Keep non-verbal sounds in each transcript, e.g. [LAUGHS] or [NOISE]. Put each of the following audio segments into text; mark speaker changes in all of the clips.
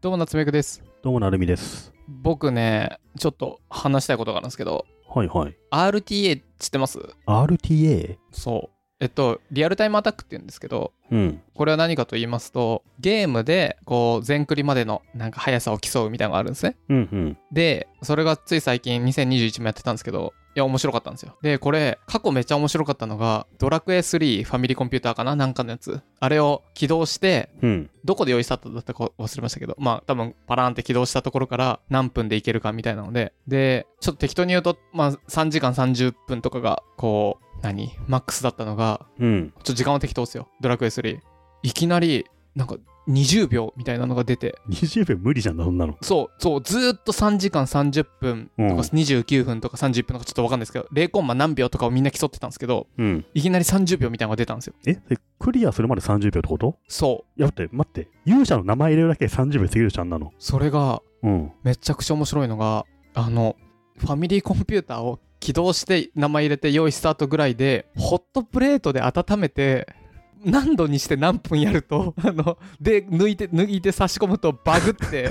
Speaker 1: どうも夏目くです
Speaker 2: どうもなるみです。
Speaker 1: 僕ねちょっと話したいことがあるんですけど
Speaker 2: はいはい。
Speaker 1: RTA 知ってます
Speaker 2: RTA?
Speaker 1: そうえっとリアルタイムアタックって言うんですけど
Speaker 2: うん。
Speaker 1: これは何かと言いますとゲームでこう全クリまでのなんか速さを競うみたいなのがあるんですね
Speaker 2: うんうん。
Speaker 1: でそれがつい最近2021もやってたんですけどいや面白かったんですよでこれ過去めっちゃ面白かったのがドラクエ3ファミリーコンピューターかななんかのやつあれを起動して
Speaker 2: うん。
Speaker 1: どこで用意スタートだったか忘れましたけど、まあ多分パラーンって起動したところから何分でいけるかみたいなので、で、ちょっと適当に言うと、まあ3時間30分とかが、こう、何マックスだったのが、
Speaker 2: うん。
Speaker 1: ちょっと時間は適当っすよ。ドラクエ3。いきなり、なんか20秒みたいなのが出て、
Speaker 2: 20秒無理じゃんな、そんなの。
Speaker 1: そう、そう、ずーっと3時間30分とか
Speaker 2: うん
Speaker 1: 29分とか30分とかちょっとわかんないですけど、0コンマ何秒とかをみんな競ってたんですけど、
Speaker 2: うん。
Speaker 1: いきなり30秒みたいなのが出たんですよ。
Speaker 2: え、それクリアするまで30秒ってこと
Speaker 1: そ
Speaker 2: いや、待って、待って。勇者の名前入れるだけで30秒過ぎるじゃんあんなの
Speaker 1: う。。それが、
Speaker 2: うん。
Speaker 1: めちゃくちゃ面白いのがあのファミリーコンピューターを起動して名前入れて用意スタートぐらいでホットプレートで温めて何度にして何分やると [LAUGHS] あので抜いて抜いて差し込むとバグって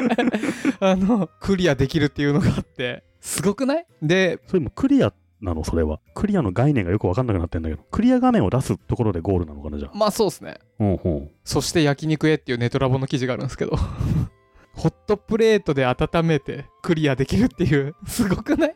Speaker 1: [LAUGHS] あのクリアできるっていうのがあってすごくないで
Speaker 2: それもクリアなの、それは。クリアの概念がよくわかんなくなってんだけど。クリア画面を出すところでゴールなのかな、じゃあ。
Speaker 1: まあそうですね
Speaker 2: うんうん。
Speaker 1: そして焼肉へっていうネトラボの記事があるんですけど [LAUGHS] ホットプレートで温めてクリアできるっていうすごくない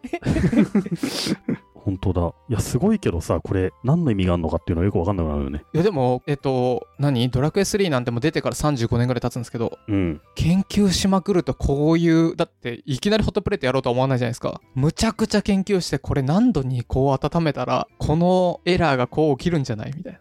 Speaker 2: 本当だ。いや、すごいけどさ、これ、何の意味があるのかっていうのはよくわかんなくなるよね。
Speaker 1: いやでもえっと何ドラクエ3なんてもう出てから35年ぐらい経つんですけど
Speaker 2: うん。
Speaker 1: 研究しまくるとこういうだっていきなりホットプレートやろうとは思わないじゃないですかむちゃくちゃ研究してこれ何度にこう温めたらこのエラーがこう起きるんじゃないみたい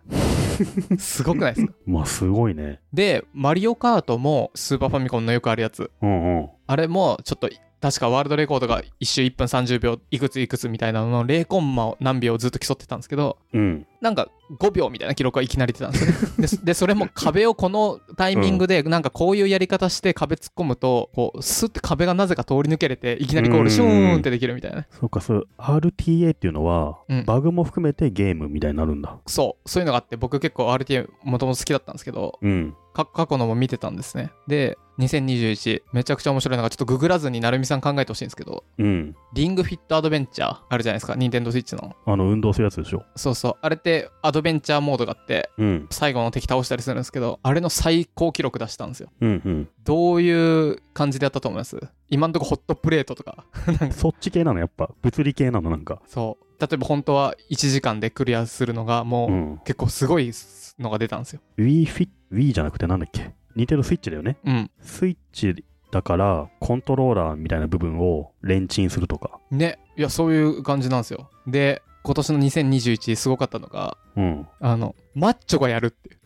Speaker 1: なすごくないですか
Speaker 2: まあ、すごいね。
Speaker 1: でマリオカートもスーパーファミコンのよくあるやつ
Speaker 2: うんうん。
Speaker 1: あれもちょっと確かワールドレコードが1周1分30秒いくついくつみたいなのの0コンマを何秒ずっと競ってたんですけど
Speaker 2: うん。
Speaker 1: なんか5秒みたいな記録がいきなり出たんですよね [LAUGHS] でそ。で、それも壁をこのタイミングで、なんかこういうやり方して壁突っ込むと、こう、スッて壁がなぜか通り抜けれて、いきなりゴール、シューンってできるみたいなね。
Speaker 2: そうか、そう RTA っていうのは、
Speaker 1: うん
Speaker 2: バグも含めてゲームみたいになるんだ。
Speaker 1: そう、そういうのがあって、僕結構 RTA もともと好きだったんですけど、
Speaker 2: うん。
Speaker 1: か過去のも見てたんですね。で、2021、めちゃくちゃ面白いのが、ちょっとググらずになるみさん考えてほしいんですけど、
Speaker 2: うん。
Speaker 1: リングフィットアドベンチャーあるじゃないですか、任天堂 Switch の。
Speaker 2: あの、運動するやつでしょ。
Speaker 1: そうそう、あれってアドベンチャーモードがあって、
Speaker 2: うん。
Speaker 1: 最後の敵倒したりするんですけど、あれの最高記録出したんですよ。
Speaker 2: うんうん。
Speaker 1: どういう感じでやったと思います今んとこホットプレートとか。
Speaker 2: そっち系なの、やっぱ。物理系なの、なんか。
Speaker 1: そう。例えば本当は1時間でクリアするのがも
Speaker 2: う。
Speaker 1: うん結構すごいのが出たんですよ。
Speaker 2: Wii Fit、Wii じゃなくてなんだっけ似てるスイッチだよね。
Speaker 1: うん。
Speaker 2: スイッチだから、コントローラーみたいな部分をレンチンするとか。
Speaker 1: ね。いや、そういう感じなんですよ。で、今年の2021すごかったのが、
Speaker 2: うん。
Speaker 1: あの、マッチョがやるっていう。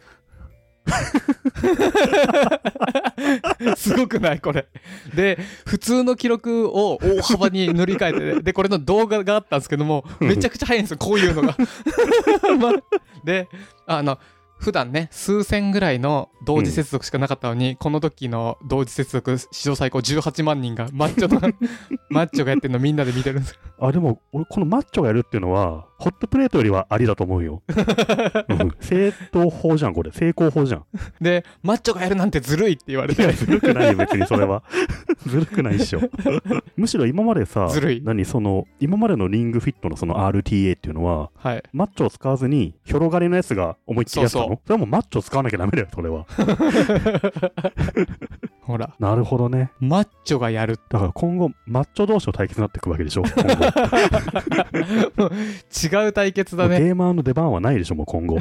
Speaker 1: すごくないこれ。で、普通の記録を大幅に塗り替えてね、で、これの動画があったんですけども、めちゃくちゃ早いんですよ、こういうのが。 [LAUGHS] まで、あの、普段ね、数千ぐらいの同時接続しかなかったのに、この時の同時接続史上最高18万人がマッチョの、 [LAUGHS] マッチョがやってるのみんなで見てるんですよ。
Speaker 2: あ、でも、俺、このマッチョがやるっていうのは、ホットプレートよりはありだと思う [LAUGHS] よ。うん正当法じゃん、これ。成功法じゃん。
Speaker 1: で、マッチョがやるなんてずるいって言われ
Speaker 2: いや、
Speaker 1: て、
Speaker 2: ずるくないよ、別にそれ
Speaker 1: [LAUGHS]
Speaker 2: は。ずるくないっしょ。むしろ今までさ、
Speaker 1: ずるい
Speaker 2: 何、その、今までのリングフィットのその RTA っていうのは、
Speaker 1: はい。
Speaker 2: マッチョを使わずに、ひょろがりのやつが思いっきりやったの
Speaker 1: そう
Speaker 2: それはもうマッチョ使わなきゃダメだよ、それは。
Speaker 1: ほら、
Speaker 2: なるほどね。
Speaker 1: マッチョがやる。
Speaker 2: だから今後、マッチョ同士の対決になってくわけでし
Speaker 1: [LAUGHS]
Speaker 2: ょ、今後。
Speaker 1: 違う対決だ
Speaker 2: もう
Speaker 1: ね。
Speaker 2: ゲーマーの出番はないでしょ、もう今後。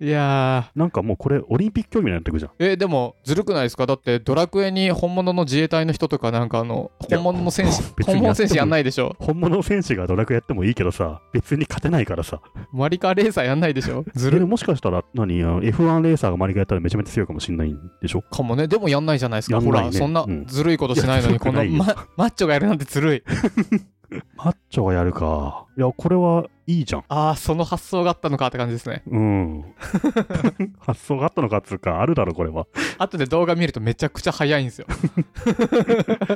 Speaker 1: いや
Speaker 2: なんかもうこれ、オリンピック競技になってくじゃん。
Speaker 1: ー。え、でも、ずるくないですかだって、ドラクエに本物の自衛隊の人とか、なんかあの、
Speaker 2: いや
Speaker 1: 本物の戦士、
Speaker 2: 別
Speaker 1: 本
Speaker 2: にやっても
Speaker 1: 物の戦士やんないでしょ
Speaker 2: 本物選手がドラクエやってもいいけどさ、別に勝てないからさ。
Speaker 1: マリカレーサーやんないでしょず
Speaker 2: で
Speaker 1: る
Speaker 2: もしかしたら何、あの F1 レーサーがマリカやったらめちゃめちゃ強いかもしれないんでしょ
Speaker 1: かもね。でもやんないじゃないですか。
Speaker 2: やん
Speaker 1: ほ
Speaker 2: ないね
Speaker 1: ら、そんな
Speaker 2: うん
Speaker 1: ずるいことしないの
Speaker 2: い
Speaker 1: に、
Speaker 2: や
Speaker 1: この
Speaker 2: ずるくないよ
Speaker 1: まマッチョがやるなんてずるい。
Speaker 2: マッチョがやるか。いや、これはいいじゃん。
Speaker 1: ああ、その発想があったのかって感じですね。
Speaker 2: うん。発想があったのかっつうか、あるだろ、これは。
Speaker 1: 後で動画見るとめちゃくちゃ早いんです
Speaker 2: [LAUGHS]
Speaker 1: よ。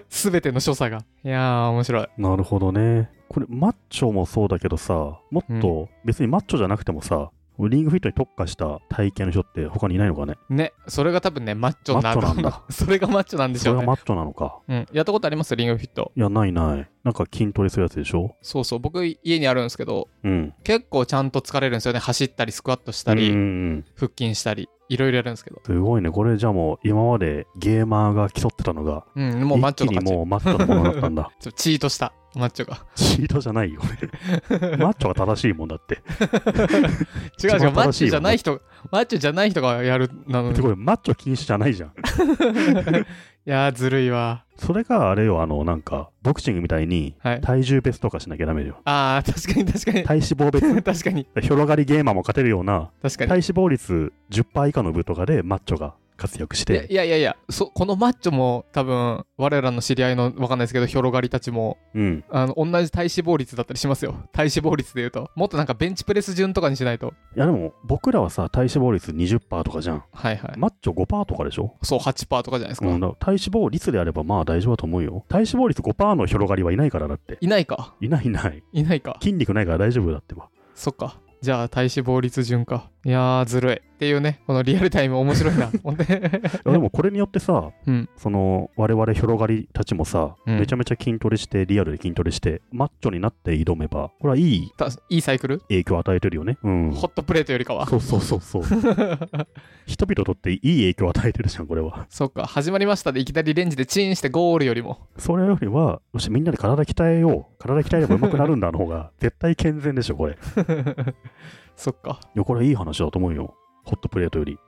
Speaker 1: すべての所作が。いやー、面白い。
Speaker 2: なるほどね。これ、マッチョもそうだけどさ、もっと、別にマッチョじゃなくてもさ、リングフィットに特化した体型の人って他にいないのかね
Speaker 1: ね、それが多分ね、マッチョな
Speaker 2: マッチョなんだ
Speaker 1: [LAUGHS] それがマッチョなんで
Speaker 2: そ
Speaker 1: しょ
Speaker 2: れ
Speaker 1: う
Speaker 2: が
Speaker 1: ね。
Speaker 2: マッチョなのか。
Speaker 1: うん、やったことありますリングフィット。
Speaker 2: いや、ないない。なんか筋トレするやつでしょ
Speaker 1: そうそう、僕家にあるんですけど、
Speaker 2: うん。
Speaker 1: 結構ちゃんと疲れるんですよね。走ったり、スクワットしたり、
Speaker 2: うんうんうん
Speaker 1: 腹筋したり、いろいろやるんですけど。
Speaker 2: すごいね。これじゃあもう今までゲーマーが競ってたのが、
Speaker 1: うん、もうマッチョ
Speaker 2: 一
Speaker 1: の
Speaker 2: 気に
Speaker 1: 勝
Speaker 2: もうマッチョのものだったんだ。
Speaker 1: ち。ちょチートした、マッチョが。
Speaker 2: チートじゃないよ。マッチョが正しいもんだって。
Speaker 1: 違う
Speaker 2: [LAUGHS] 一
Speaker 1: 違う、
Speaker 2: 番
Speaker 1: マッ
Speaker 2: 正し
Speaker 1: チョ
Speaker 2: いよね
Speaker 1: じゃない人、マッチョじゃない人がやるなの
Speaker 2: で
Speaker 1: に。い
Speaker 2: これマッチョ禁止じゃないじゃん。
Speaker 1: [LAUGHS] やー、ずるいわ。
Speaker 2: それがあれよ、あの、なんか、ボクシングみたいに
Speaker 1: はい。
Speaker 2: 体重別とかしなきゃダメだよ。
Speaker 1: あー、確かに確か
Speaker 2: 体脂肪別。
Speaker 1: に。 [LAUGHS] 確かに、
Speaker 2: 広がりゲーマーも勝てるような
Speaker 1: 確か
Speaker 2: 体
Speaker 1: に。
Speaker 2: 脂肪率10%以下の部とかでマッチョが活躍し
Speaker 1: いや
Speaker 2: て、
Speaker 1: いやいやいやそ、このマッチョも多分、我らの知り合いの、わかんないですけど、広がりたちも、
Speaker 2: うん、
Speaker 1: あの同じ体脂肪率だったりしますよ体脂肪率でいうともっとなんかベンチプレス順とかにしないと
Speaker 2: いやでも僕らはさ体脂肪率20%とかじゃん
Speaker 1: はいはい、
Speaker 2: マッチョ5%とかでしょ、
Speaker 1: そう8%とかじゃないですか、
Speaker 2: うん、だから体脂肪率であればまあ大丈夫だと思うよ体脂肪率5%の広がりはいないからだって
Speaker 1: いないか
Speaker 2: いないいない
Speaker 1: いないか
Speaker 2: 筋肉ないから大丈夫だってば
Speaker 1: そっかじゃあ体脂肪率順かいやーずるいっていうねこのリアルタイム面白
Speaker 2: [LAUGHS]
Speaker 1: いなほんで
Speaker 2: いやでもこれによってさ、
Speaker 1: うん
Speaker 2: その我々広がりたちもさ、
Speaker 1: うん
Speaker 2: めちゃめちゃ筋トレしてリアルで筋トレしてマッチョになって挑めばこれはいい
Speaker 1: たいいサイクル
Speaker 2: 影響を与えてるよねうん
Speaker 1: ホットプレートよりかは
Speaker 2: そうそうそ
Speaker 1: [LAUGHS]
Speaker 2: うそう人々にとっていい影響を与えてるじゃんこれは
Speaker 1: そっか始まりましたでいきなりレンジでチンしてゴールよりも
Speaker 2: それよりは、よし、みんなで体鍛えよう。体鍛えれば上手くなるんだの
Speaker 1: [LAUGHS]
Speaker 2: 方が、絶対健全でしょ、これ。い
Speaker 1: そっか
Speaker 2: や、これいい話だと思うよ。ホットプレートより。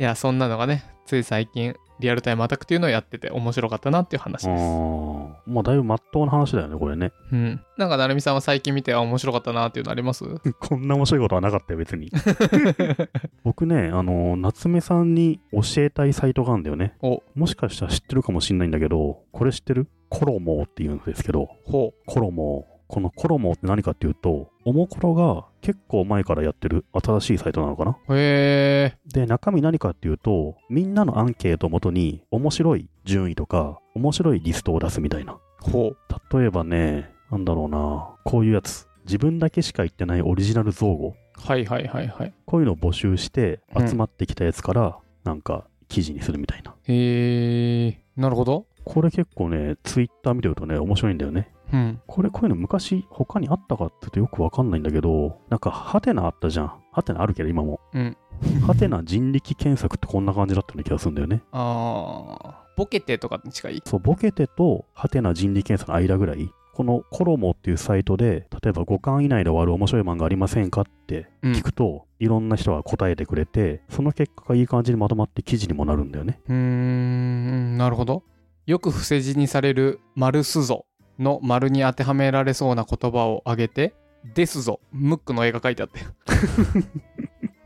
Speaker 1: いやそんなのがねつい最近リアルタイムアタックっていうのをやってて面白かったなっていう話
Speaker 2: あ
Speaker 1: です
Speaker 2: ーまあ、だいぶ真っ当な話だよね、これね。 [LAUGHS]
Speaker 1: うんなんか成美さんは最近見てあ面白かったなっていうのあります
Speaker 2: こんな面白いことはなかったよ、別
Speaker 1: [LAUGHS]
Speaker 2: に。僕ね、あの、夏目さんに教えたいサイトがあるんだよね。
Speaker 1: お
Speaker 2: もしかしたら知ってるかもしんないんだけど、これ知ってるコロモーって言うんですけど、
Speaker 1: ほ
Speaker 2: コロモー。このコロモーって何かっていうと、おもころが結構前からやってる新しいサイトなのかな
Speaker 1: う。へえ。
Speaker 2: で、中身何かっていうと、みんなのアンケートをもとに、面白い順位とか、面白いリストを出すみたいな。
Speaker 1: ほ
Speaker 2: 例えばね、なんだろうな、こういうやつ。自分だけしか言ってないオリジナル造語。
Speaker 1: う。はいはいはいはい。
Speaker 2: こういうのを募集して、
Speaker 1: うん
Speaker 2: 集まってきたやつから、なんか、記事にするみたいな。
Speaker 1: へえ。なるほど。
Speaker 2: これ結構ね、ツイッター見てるとね、面白いんだよね。
Speaker 1: うん。
Speaker 2: これ、こういうの昔、他にあったかって言うとよくわかんないんだけど、なんか、ハテナあったじゃん。ハテナあるけど、今も。
Speaker 1: うん。
Speaker 2: [LAUGHS] ハテナ人力検索ってこんな感じだったような気がするんだよね。
Speaker 1: あー。ボケてとかに近い
Speaker 2: そう、ボケてとハテナ人力検査の間ぐらい、このコロモっていうサイトで、例えば5巻以内で終わる面白い漫画ありませんかって
Speaker 1: うん
Speaker 2: 聞くと、いろんな人が答えてくれて、その結果がいい感じにまとまって記事にもなるんだよね。
Speaker 1: うーん。なるほど。よく伏せ字にされる「丸すぞ」の丸に当てはめられそうな言葉を挙げて「ですぞ」ムックの絵が描いてあって。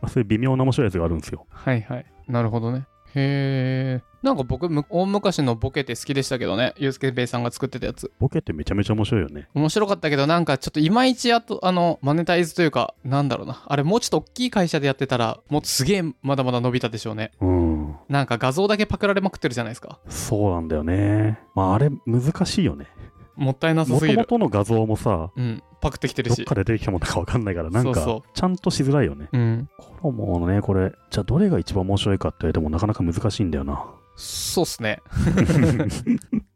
Speaker 2: まあ、そういう微妙な面白いやつがあるんですよ。
Speaker 1: はいはい。なるほどね。へえ。なんか僕む大昔のボケて好きでしたけどね。ゆうすけべいさんが作ってたやつ。
Speaker 2: ボケってめちゃめちゃ面白いよね。
Speaker 1: 面白かったけどなんかちょっといまいちあとあのマネタイズというかなんだろうなあれもうちょっと大きい会社でやってたらもっとすげえまだまだ伸びたでしょうね
Speaker 2: うん。
Speaker 1: なんか画像だけパクられまくってるじゃないですか
Speaker 2: そうなんだよね。まあ、あれ難しいよね。
Speaker 1: もったいなさ
Speaker 2: も
Speaker 1: す
Speaker 2: と
Speaker 1: ぎ
Speaker 2: も
Speaker 1: る
Speaker 2: との画像もさ、
Speaker 1: うんパクってきてる
Speaker 2: どっ
Speaker 1: し
Speaker 2: から出てきたものかわかんないから、なん
Speaker 1: そうそ
Speaker 2: か、ちゃんとしづらいよね。
Speaker 1: うん
Speaker 2: コロモのね、これ、じゃあどれが一番面白いかって言われてもなかなか難しいん
Speaker 1: [LAUGHS]
Speaker 2: だよな。
Speaker 1: そうっすね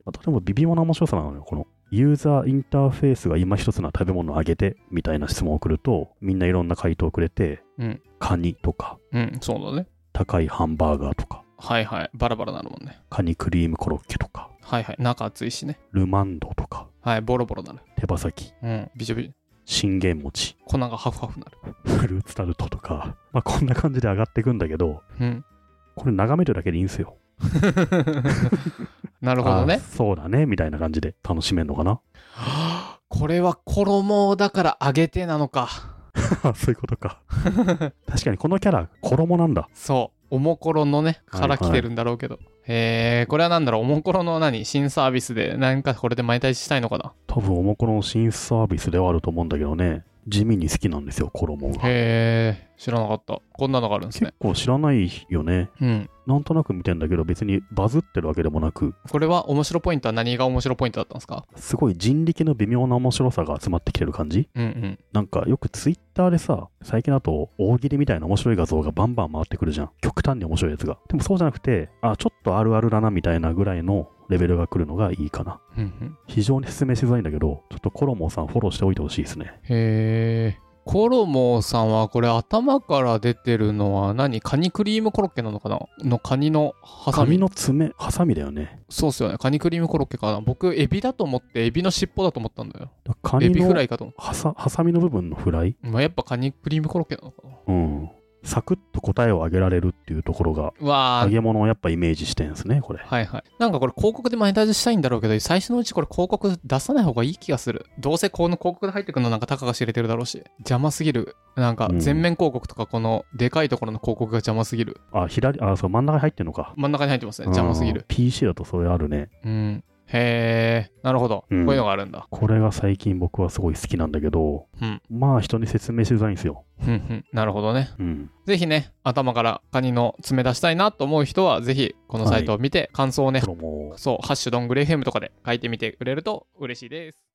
Speaker 2: あとでも微妙な面白さなのよ。このユーザーインターフェースが今一つな食べ物をあげてみたいな質問を送ると、みんないろんな回答をくれて、
Speaker 1: うん
Speaker 2: カニとか、
Speaker 1: うんそうだね
Speaker 2: 高いハンバーガーとか、
Speaker 1: はいはいバラバラなるもんね
Speaker 2: カニクリームコロッケとか、
Speaker 1: はいはい中熱いしね
Speaker 2: ルマンドとか、
Speaker 1: はいボロボロなる
Speaker 2: 手羽先、
Speaker 1: うんビチョビチ
Speaker 2: 信玄餅、
Speaker 1: ョ粉がハフハフなる
Speaker 2: フルーツタルトとか、まあ、こんな感じで上がっていくんだけど、
Speaker 1: うん
Speaker 2: これ眺めてるだけでいいんですよ。
Speaker 1: なるほど
Speaker 2: あ
Speaker 1: ね
Speaker 2: そうだね、みたいな感じで楽しめるのかな。
Speaker 1: はあこれは衣だから揚げてなのか
Speaker 2: [LAUGHS] そういうこと [LAUGHS] か。確かにこのキャラ、衣なんだ。
Speaker 1: そう、おもころのね、
Speaker 2: はい
Speaker 1: から来てるんだろうけど。えー、これはなんだろう、おもころの何、新サービスで、なんかこれでマネタイズしたいのかな。
Speaker 2: 多分、おもころの新サービスではあると思うんだけどね。地味に好きなんですよ、衣が。
Speaker 1: へえ、知らなかった。こんなのがあるんですね
Speaker 2: 結。構知らないよね。
Speaker 1: うん。
Speaker 2: なんとなく見てんだけど、別にバズってるわけでもなく、
Speaker 1: これは面白ポイントは何が面白ポイントだったんですか
Speaker 2: すごい人力の微妙な面白さが集まってきてる感じ
Speaker 1: うんうん。
Speaker 2: なんかよくツイッターでさ、最近だと大喜利みたいな面白い画像がバンバン回ってくるじゃん。極端に面白いやつが。でもそうじゃなくて、あ、ちょっとあるあるだなみたいなぐらいのレベルが来るのがいいかな。
Speaker 1: うんうん。
Speaker 2: 非常に説明しづらいんだけど、ちょっとコロモさんフォローしておいてほしいですね。
Speaker 1: へえ。コロモさんはこれ頭から出てるのは何カニクリームコロッケなのかなのカニのハサ
Speaker 2: 髪
Speaker 1: ミ。
Speaker 2: の爪、ハサミだよね。
Speaker 1: そうっすよね。カニクリームコロッケかな僕、エビだと思って、エビの尻尾だと思ったんだよ。
Speaker 2: カ
Speaker 1: エ
Speaker 2: ニ
Speaker 1: ビフラ
Speaker 2: の
Speaker 1: イかと思っ
Speaker 2: ハサハサミの部分のフライ
Speaker 1: た。まあ、やっぱカニクリームコロッケなのかな
Speaker 2: うん。サクッと答えを上げられるっていうところが、
Speaker 1: うわ
Speaker 2: 揚
Speaker 1: ー。
Speaker 2: げ物をやっぱイメージしてんですね、これ。
Speaker 1: はいはい。なんかこれ広告でマネタイズしたいんだろうけど、最初のうちこれ広告出さない方がいい気がする。どうせこの広告で入ってくるのなんかたかが知れてるだろうし。邪魔すぎる。なんか
Speaker 2: うん
Speaker 1: 全面広告とかこのでかいところの広告が邪魔すぎる。
Speaker 2: あ、左、あ、そう、真ん中に入ってんのか。
Speaker 1: 真ん中に入ってますね。邪魔すぎ
Speaker 2: うん
Speaker 1: る。。
Speaker 2: PC だとそれあるね。
Speaker 1: うん。へー。なるほど。こう
Speaker 2: うん
Speaker 1: いうのがあるんだ。
Speaker 2: これが最近僕はすごい好きなんだけど、
Speaker 1: うん
Speaker 2: まあ人に説明しづらいんですよ。
Speaker 1: ふんふん。なるほどね。
Speaker 2: うん。
Speaker 1: ぜひね、頭からカニの爪出したいなと思う人は、ぜひこのサイトを見て感想をね、
Speaker 2: プロも
Speaker 1: そう、ハッシュドングレーフェムとかで書いてみてくれると嬉しいです。